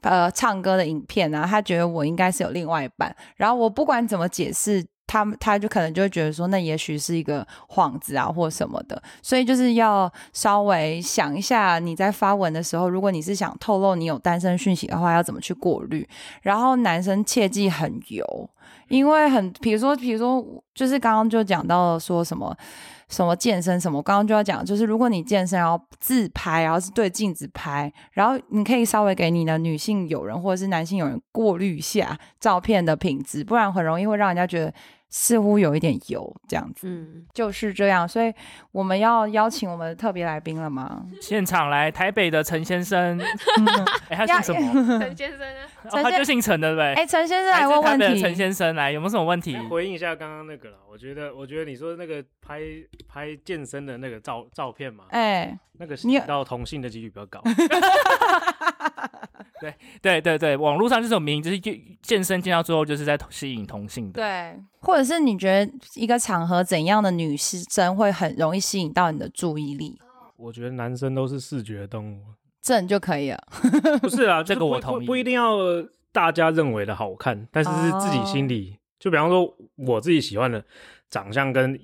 S1: 呃唱歌的影片啊，他觉得我应该是有另外一半。然后我不管怎么解释。他们他就可能就会觉得说，那也许是一个幌子啊，或什么的。所以就是要稍微想一下，你在发文的时候，如果你是想透露你有单身讯息的话，要怎么去过滤。然后男生切记很油，因为很，比如说，比如说，就是刚刚就讲到说什么什么健身什么，刚刚就要讲，就是如果你健身然后自拍，然后是对镜子拍，然后你可以稍微给你的女性友人或者是男性友人过滤一下照片的品质，不然很容易会让人家觉得似乎有一点油这样子。 <laughs>
S3: 嗯，
S1: 就是这样，所以我们要邀请我们的特别来宾了吗？
S2: 现场来台北的陈先生， <laughs> 哎、他
S1: 嗯要
S2: 姓什
S1: <laughs>
S2: 么？
S3: 陈先生呢？
S2: 哦
S1: 陈
S2: 他
S1: 先
S2: 就姓陈的对不对？
S1: 哎，陈先生
S2: 来
S1: 来
S2: 自
S1: 问
S2: 台
S1: 问
S2: 北的
S1: 题，
S2: 陈先生来，有没有什么问题？
S4: 哎回应一下刚刚那个了，我觉得，我觉得你说那个拍拍健身的那个照照片嘛，
S1: 哎，
S4: 那个吸
S1: 你
S4: 引到同性的几率比较
S1: <laughs>
S4: 高。
S2: 对对对，网络上这种名就是健健身健到最后就是在吸引同性的。
S1: 对，或者是你觉得一个场合怎样的女生会很容易吸引到你的注意力？
S4: 我觉得男生都是视觉动物，啊
S1: 正就可以了。
S4: 不是 <laughs> 啊，就是
S2: 这个我
S4: 不
S2: 同意
S4: 不不一定要大家认为的好看，但是是自
S1: 哦
S4: 己心里，就比方说我自己喜欢的长相跟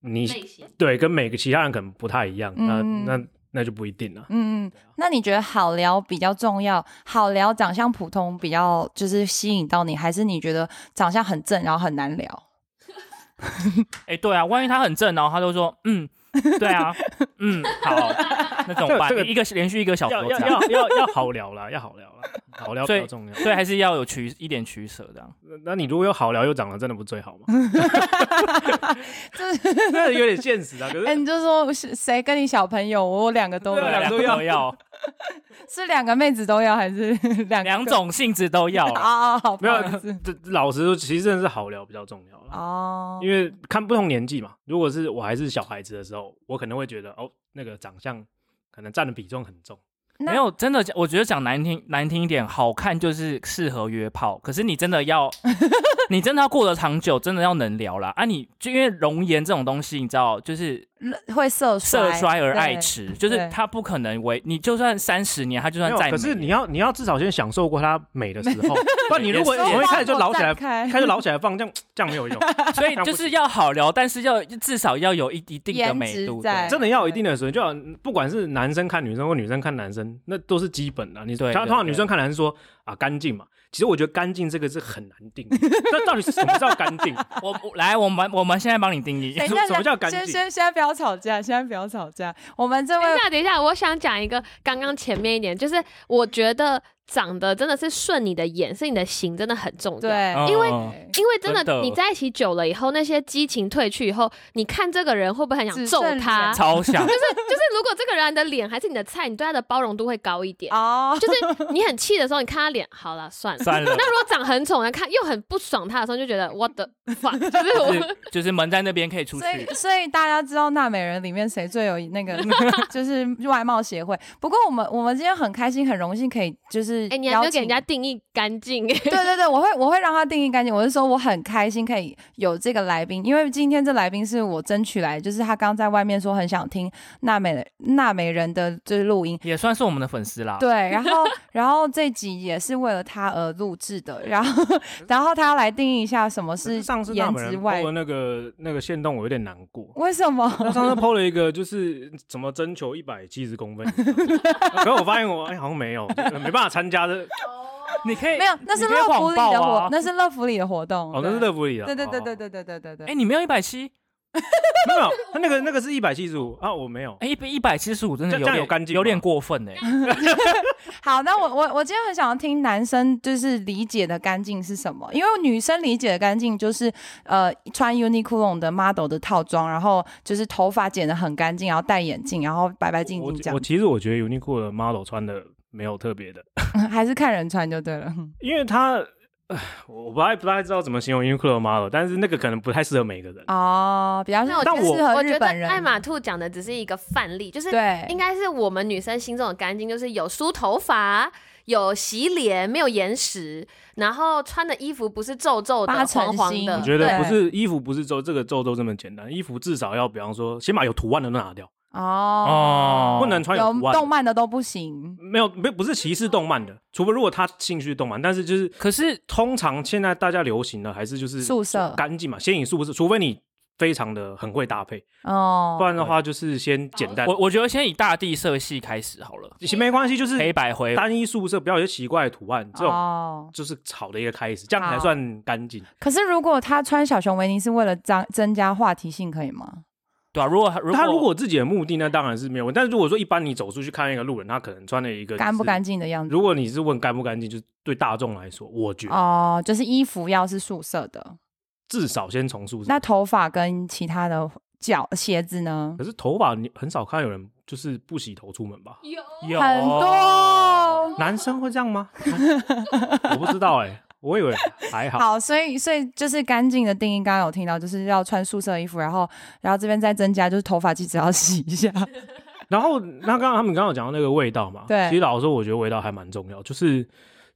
S4: 你
S3: 类型
S4: 对跟每个其他人可能不太一样，
S1: 嗯
S4: 那那那就不一定了。
S1: 嗯嗯，
S4: 啊
S1: 那你觉得好聊比较重要？好聊长相普通比较就是吸引到你，还是你觉得长相很正然后很难 <laughs>
S4: <laughs>
S1: 聊？
S2: 哎、对啊，万一他很正，然后他就说，嗯，对
S1: <laughs>
S2: 啊，嗯，好，那怎么办？
S4: 这个
S2: 一个连续一个小时
S4: <laughs> 要
S2: 都
S4: 要
S2: 这样，
S4: <laughs> 要要要好聊啦，要好聊啦，好聊比
S2: 所以
S4: 较重要。
S2: 所以还是要有取一点取舍这样。
S4: 那啊那你如果有好聊又长得真的不最好吗？
S1: <laughs> 这
S4: 那有点现实啊。可
S1: 哎、
S4: 是
S1: 你就说是谁跟你小朋友？我两个都
S4: 对啊
S1: 要，
S4: 两个
S2: 个
S4: 都要
S2: 都要，
S1: 是两个妹子都要还是 <laughs> 两个
S2: 两种性质都
S4: <laughs>
S2: 要啦。
S1: 啊？好，
S4: 没有
S1: 不好意思
S4: 这老实说，其实真的是好聊比较重要啦。
S1: 哦，
S4: 因为看不同年纪嘛，如果是我还是小孩子的时候，我可能会觉得哦，那个长相可能占的比重很重。
S1: 那
S2: 没有，真的，我觉得讲难听难听一点，好看就是适合约炮。可是你真的要， <laughs> 你真的要过得长久，真的要能聊啦。啊你！就因为容颜这种东西，你知道，就是
S1: 会色
S2: 色衰而爱
S1: 对
S2: 弛，就是
S1: 对
S2: 它不可能为你，就算三十年，它就
S4: 没
S2: 算
S4: 有
S2: 啊
S4: 啊
S2: 再，
S4: 可是
S2: 美
S4: 你要你要至少先享受过她美的时
S2: <laughs>
S4: 候，不然你如果
S2: 也
S4: 我
S2: 是
S4: 会开始就老起来，
S1: 开
S4: 开始老起来放，这样这样没
S2: <laughs>
S4: 有用，
S2: 所
S4: <laughs>
S2: 以就是要好聊，但是要至少要有一一定的
S1: 颜
S2: 美
S1: 值
S2: 度。
S1: 在
S2: 对
S4: 真的要有一定的水准。就好像不管是男生看女生或女生看男生，那都是基本啊的。你
S2: 对
S4: 通
S2: 对
S4: 通常
S2: 对
S4: 女生看男生说啊干净嘛，其实我觉得干净这个是很难
S2: <laughs>
S4: 定义，那到底是什么叫干净？
S2: 我我来，我们我们现在帮你定义。
S1: 等一
S4: 什
S1: 下，
S4: 什么叫干
S1: 哎先
S4: 净
S1: 先先不要吵架，先不要吵架。我们这位
S3: 哎等一下，等一下，我想讲一个刚刚前面一点，就是我觉得长得真的是顺你的眼，是你的形真的很重要。
S1: 对，
S2: 嗯
S3: 因为
S2: 嗯
S3: 因为真
S2: 真的
S3: 的，你在一起久了以后，那些激情褪去以后，你看这个人会不会很想
S1: 只
S3: 揍
S1: 剩啊
S3: 他？
S1: 人
S3: 就
S2: 超想，
S3: 是就是，如果这个人的脸还是你的菜，你对他的包容度会高一点。
S1: 哦，
S3: 就是你很气的时候，你看他脸，好了，算
S1: <laughs>
S3: 了。
S2: 算了，
S3: 那如果长很丑，然后看又很不爽他的时候，就觉得 what the fuck，就是我
S2: 就是就是门在那边可以出
S1: 所以
S2: 去。
S1: 所以大家知道娜美人里面谁最有那
S4: <laughs>
S1: 个就是外貌协会。不过我们我们今天很开心，很荣幸可以就是
S3: 哎，你还
S1: 邀
S3: 没
S1: 请
S3: 有给人家定义干净。
S1: 对对对，我会我会让他定义干净。我是说我很开心可以有这个来宾，因为今天这来宾是我争取来的，就是他刚在外面说很想听娜美娜美人的就是录音。
S2: 也算是我们的粉丝啦。
S1: 对，然后然后这集也是为了他而录制的，然
S4: <laughs>
S1: 后然后他要来定义一下什么
S4: 可
S1: 是
S4: 上次那
S1: 颜
S4: 本
S1: 值
S4: 人
S1: 外
S4: PO 的，那个那个线动，我有点难
S1: <laughs>
S4: 过。
S1: 为什
S4: <laughs>
S1: 么？
S4: 他上次 PO 了一个，就是怎么征求一百七十公分以上，
S1: <laughs>
S4: 可是我发现我哎好像没有，呃没办法参加的。
S2: 你可以
S1: 没有，那是
S2: 你可以
S1: 乐福
S2: 谎
S1: 里
S2: 报
S1: 的活，
S2: 啊
S1: 那是乐福里的活动。
S4: 哦，那是乐福里的。
S1: 对对对对
S4: 哦，
S1: 对对对对对。
S2: 哎，你没有一百七，
S4: 没有没有，他那个那个是一百七十五啊，我没有。
S2: 哎，一一百七十五真的
S4: 这
S2: 有
S4: 这样
S2: 点
S4: 有干净吗
S2: 有点过分哎。
S1: 好，那我我我今天很想要听男生就是理解的干净是什么，因为女生理解的干净就是呃穿 Uniqlo 的 model 的套装，然后就是头发剪得很干净，然后戴眼镜，然后白白净
S4: 我
S1: 净这样
S4: 我，其实我觉得 Uniqlo 的 model 穿的没有特别的，
S1: <laughs> 还是看人穿就对了。
S4: 因为他呃我不太不太知道怎么形容 Uniqlo 的 model，但是那个可能不太适合每个人。
S1: 哦，比较
S3: 那我
S4: 但我
S1: 适合
S3: 我
S1: 日
S3: 觉得
S1: 本人。
S3: 艾玛兔讲的只是一个范例，就是
S1: 对，
S3: 应该是我们女生心中的干净，就是有梳头发，有洗脸，没有眼屎，然后穿的衣服不是皱皱的、
S1: 八成
S3: 黄黄
S1: 新
S3: 的
S4: 我。觉得
S1: 对
S4: 不是衣服不是皱这个皱皱这么简单，衣服至少要比方说先把有图案的都拿掉，
S1: 哦
S4: 不能穿有图
S1: 有
S4: 案的。
S1: 动漫的都不行。
S4: 没有，没不是歧视动漫的，除非如果他兴趣动漫，但是就是
S2: 可是
S4: 通常现在大家流行的还是就是
S1: 宿舍
S4: 干净嘛，先以宿舍，除非你非常的很会搭配，
S1: 哦，
S4: 不然的话就是先简单。
S2: 我我觉得先以大地色系开始好了，
S4: 其实没关系，就是
S2: 黑白灰。
S4: 单一宿舍不要有一些奇怪的图案，这种
S1: 哦，
S4: 就是吵的一个开始，这样才算干净。
S1: 可是如果他穿小熊维尼是为了增增加话题性，可以吗？
S2: 对啊，如果如
S4: 他如
S2: 果
S4: 果自己的目的，那当然是没有问题。但是如果说一般你走出去看一个路人，他可能穿了一个
S1: 干不
S4: 就是
S1: 干净的样子？
S4: 如果你是问干不干净，就是对大众来说，我觉得
S1: 哦，就是衣服要是素色的，
S4: 至少先从宿舍。
S1: 那头发跟其他的脚鞋子呢？
S4: 可是头发你很少看有人就是不洗头出门吧？
S2: 有
S1: 很多。
S4: 男生会这样吗？ <laughs> 我不知道哎、我以为还好。
S1: 好，所以所以就是干净的定义，刚刚有听到，就是要穿素色衣服，然后然后这边再增加，就是头发其实要洗一下。
S4: 然后那刚刚他们刚刚有讲到那个味道嘛，
S1: 对
S4: 其实老实说，我觉得味道还蛮重要。就是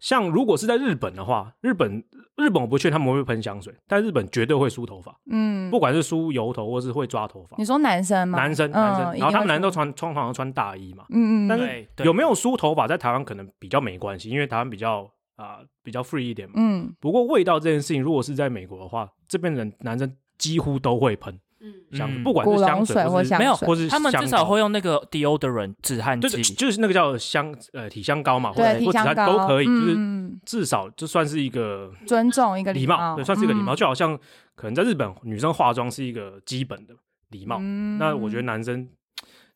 S4: 像如果是在日本的话，日本日本我不确定他们会不会喷香水，但日本绝对会梳头发，
S1: 嗯
S4: 不，管是梳油头或是会抓头发
S1: 你。说男生吗？
S4: 男生
S1: 嗯
S4: 男生，
S1: 一定
S4: 然后他们
S1: 会
S4: 男生都
S1: 出
S4: 穿通常都穿大衣嘛，
S1: 嗯嗯，
S4: 但
S1: 嗯
S4: 是
S2: 对对
S4: 有没有梳头发在台湾可能比较没关系，因为台湾比较啊、比较 free 一点嘛。
S1: 嗯
S4: 不过味道这件事情，如果是在美国的话，这边人男生几乎都会喷，
S3: 嗯，
S4: 香水，
S2: 嗯
S4: 不管
S1: 古
S4: 是
S1: 龙
S4: 香水
S1: 水
S4: 或
S1: 或
S4: 是
S1: 香
S2: 没有
S1: 水
S4: 或是
S2: 他们至
S4: 香
S2: 少
S4: 膏
S2: 会用那个 deodorant 止汗
S4: 就是
S2: 剂，
S4: 就是那个叫香呃体香膏嘛，或
S1: 对，
S4: 者
S1: 体
S4: 或者
S1: 香
S4: 它
S1: 膏
S4: 都可以，就是
S1: 嗯，嗯
S4: 至少这算是一个
S1: 嗯尊重一个
S4: 礼
S1: 貌，
S4: 貌，对，算是一个礼貌，
S1: 嗯，
S4: 就好像可能在日本女生化妆是一个基本的礼貌，
S1: 嗯
S4: 那我觉得男生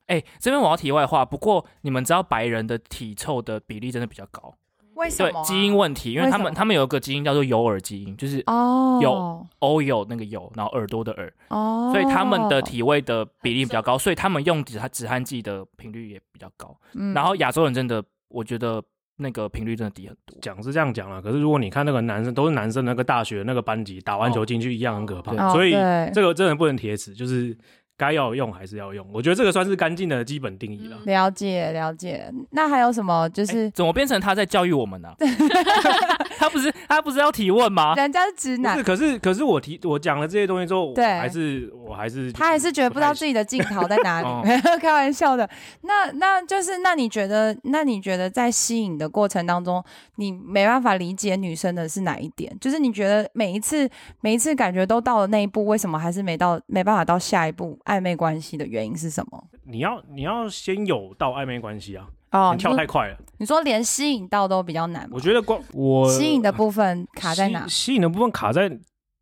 S2: 哎、这边我要题外话，不过你们知道白人的体臭的比例真的比较高，
S1: 为什
S2: 对
S1: 么啊
S2: 基因问题，因为
S1: 为
S2: 他
S1: 什
S2: 们
S1: 么
S2: 他们有一个基因叫做有耳基因，就是
S1: 哦，
S2: 有欧有那个有，然后耳朵的耳，
S1: 哦，
S2: 所以他们的体味的比例比较高，所以他们用止汗止汗剂的频率也比较高。
S1: 嗯，
S2: 然后亚洲人真的，我觉得那个频率真的低很多。
S4: 讲是这样讲了，可是如果你看那个男生都是男生那个大学那个班级打
S2: 哦
S4: 完球进去一样很可怕，
S1: 哦
S4: 所以
S1: 对
S4: 这个真的不能铁齿，就是该要用还是要用，我觉得这个算是干净的基本定义了。
S3: 嗯
S1: 了解了解，那还有什么？就
S2: 哎
S1: 是
S2: 怎么变成他在教育
S1: <laughs>
S2: 我们呢、他不是他不是要提问
S4: 哎啊
S2: 吗？
S1: 人家是直
S4: 不
S1: 男
S4: 是，，可是可是我提我讲了这些东西之后，我
S1: 对
S4: 还是我还是
S1: 他还是觉得不知道自己的镜头在哪
S2: 哦
S1: 里，没有 <laughs> 开玩笑的。那那就是，那你觉得，那你觉得在吸引的过程当中，你没办法理解女生的是哪一点？就是你觉得每一次每一次感觉都到了那一步，为什么还是没到没办法到下一步暧昧关系的原因是什么？
S4: 你要你要先有到暧昧关系啊，
S1: 哦，
S4: 你
S1: 你
S4: 跳
S1: 说
S4: 太快了。
S1: 你说连吸引到都比较难吗，
S4: 我觉得光我
S1: 吸引的部分卡在哪
S4: 吸？吸引的部分卡在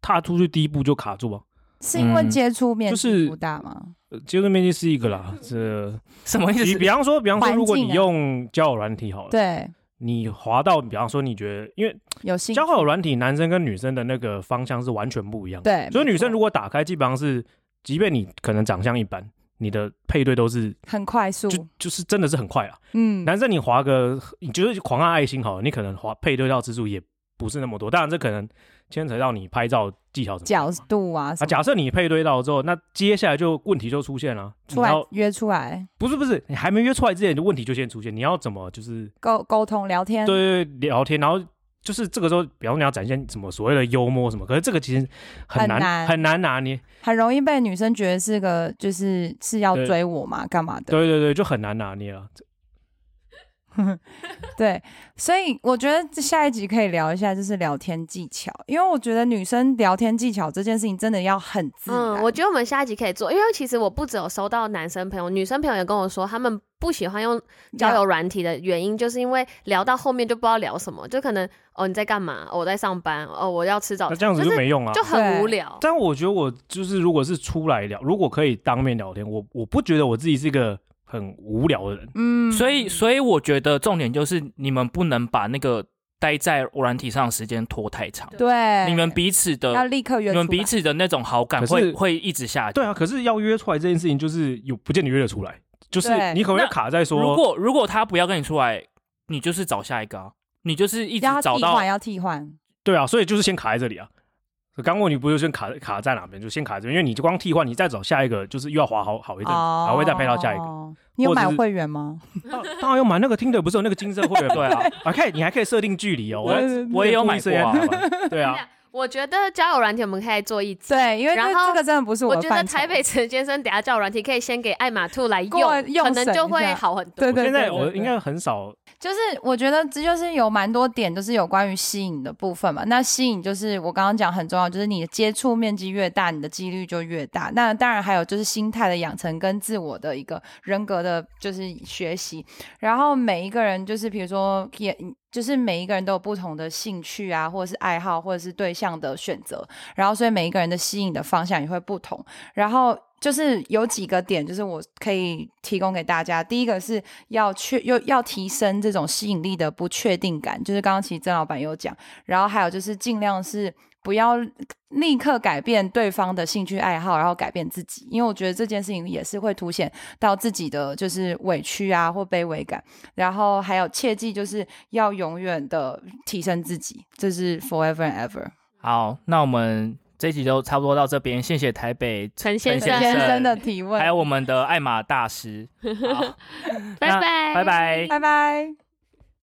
S4: 踏出去第一步就卡住啊，
S1: 是因为
S2: 嗯
S1: 接触面
S4: 就是
S1: 积不大吗？
S4: 呃接触面积是一个啦。
S1: <laughs>
S4: 这
S2: 什么意
S4: 比
S2: 思
S4: 比？方说，比方说，
S1: 环境啊
S4: 如果你用交友软体好了，
S1: 对，
S4: 你滑到，比方说你觉得，因为
S1: 有兴趣
S4: 交友软体男生跟女生的那个方向是完全不一样的，
S1: 对，
S4: 所以
S1: 没
S4: 女生
S1: 错
S4: 如果打开，基本上是，即便你可能长相一般，你的配对都是
S1: 很快速，
S4: 就就是真的是很快啊。
S1: 嗯，
S4: 男生你滑个，你就是狂按爱心好了，你可能滑配对到次数也不是那么多，当然这可能牵扯到你拍照技巧怎么样
S1: 角
S4: 嘛。
S1: 度啊什
S4: 啊，
S1: 么，
S4: 假设你配对到之后，那接下来就问题就出现了。你
S1: 出来
S4: 要
S1: 约出来
S4: 不是不是，你还没约出来之前，问题就先出现。你要怎么就是
S1: 沟沟通聊天，
S4: 对聊天，然后就是这个时候，比方说你要展现什么所谓的幽默什么，可是这个其实很
S1: 很
S4: 难
S1: 难
S4: 拿捏。
S1: 很容易被女生觉得是个就是是要
S4: 对
S1: 追我嘛，干嘛的？ <laughs>
S4: 对对对，就很难拿捏了。
S1: 对，所以我觉得下一集可以聊一下，就是聊天技巧，因为我觉得女生聊天技巧这件事情真的要很自然。
S3: 嗯，我觉得我们下一集可以做，因为其实我不只有收到男生朋友，女生朋友也跟我说，他们不喜欢用交友软体的原因，就是因为聊到后面就不知道聊什么，就可能哦你在干嘛、哦我在上班，哦我要吃早
S4: 那
S3: 餐，
S4: 这样子
S3: 就
S4: 就是没用了。啊
S3: 就很无
S1: 对
S3: 聊。
S4: 但我觉得我就是，如果是出来聊，如果可以当面聊天，我我不觉得我自己是一个很无聊的人。
S1: 嗯
S2: 所以所以我觉得重点就是你们不能把那个待在软体上的时间拖太长，
S1: 对
S2: 你们彼此
S1: 要
S2: 的
S1: 立刻约
S2: 你
S1: 出来，
S2: 们彼此的那种好感
S4: 可是
S2: 会会一直下降。
S4: 对啊，可是要约出来这件事情，就是有不见得约得出来，就是
S1: 对
S4: 你可能会
S2: 那
S4: 卡在说，
S2: 如果如果他不要跟你出来，你就是找下一个、啊，你就是一直
S1: 要
S2: 找
S1: 替
S2: 到
S1: 换，要替换，
S4: 对啊，所以就是先卡在这里啊。刚问你不就先卡卡在哪边，就先卡在这边，因为你就光替换，你再找下一个，就是又要滑好好一阵子，还会再配到下一个。
S1: 哦。你有
S4: 或者
S1: 买
S4: 是
S1: 会员吗？
S4: 当当然要买那个听的，不是有那个金色
S1: <laughs>
S4: 会员吗？
S2: 对啊，
S4: 啊，看你还可以设定距离哦。我
S1: 对对对
S2: 我也有买
S4: 这
S2: 过啊。好吧
S4: 样，
S1: <laughs>
S4: 对啊，
S3: 我觉得交友软体我们可以做一集。
S1: 对，因为这
S3: 然后
S1: 这个真的不是
S3: 我
S1: 的
S3: 觉得
S1: 范畴。
S3: 台北陈先生等下交友软体可以先给艾玛兔来
S1: 过来
S3: 用，
S1: 用
S3: 可能就
S1: 审一
S3: 会
S1: 下
S3: 好很多。
S1: 对
S4: 我
S1: 对，
S4: 现在
S1: 对对
S4: 我
S1: 对
S4: 应该很少，
S1: 就是我觉得这就是有蛮多点，就是有关于吸引的部分嘛。那吸引就是我刚刚讲很重要，就是你的接触面积越大，你的几率就越大。那当然还有就是心态的养成跟自我的一个人格的，就是学习。然后每一个人就是比如说也。就是每一个人都有不同的兴趣啊，或者是爱好，或者是对象的选择，然后所以每一个人的吸引的方向也会不同。然后就是有几个点，就是我可以提供给大家。第一个是要确又要提升这种吸引力的不确定感，就是刚刚其实曾老板有讲，然后还有就是尽量是。不要立刻改变对方的兴趣爱好，然后改变自己，因为我觉得这件事情也是会凸显到自己的就是委屈啊或卑微感。然后还有切记就是要永远的提升自己，这是 forever and ever。
S2: 好，那我们这一集就差不多到这边，谢谢台北
S3: 陈先
S2: 陈
S1: 先
S3: 生，
S1: 生的提问，
S2: 还有我们的艾玛大师，好
S3: 拜
S2: 那
S3: 拜，
S2: 拜拜。
S1: 拜拜。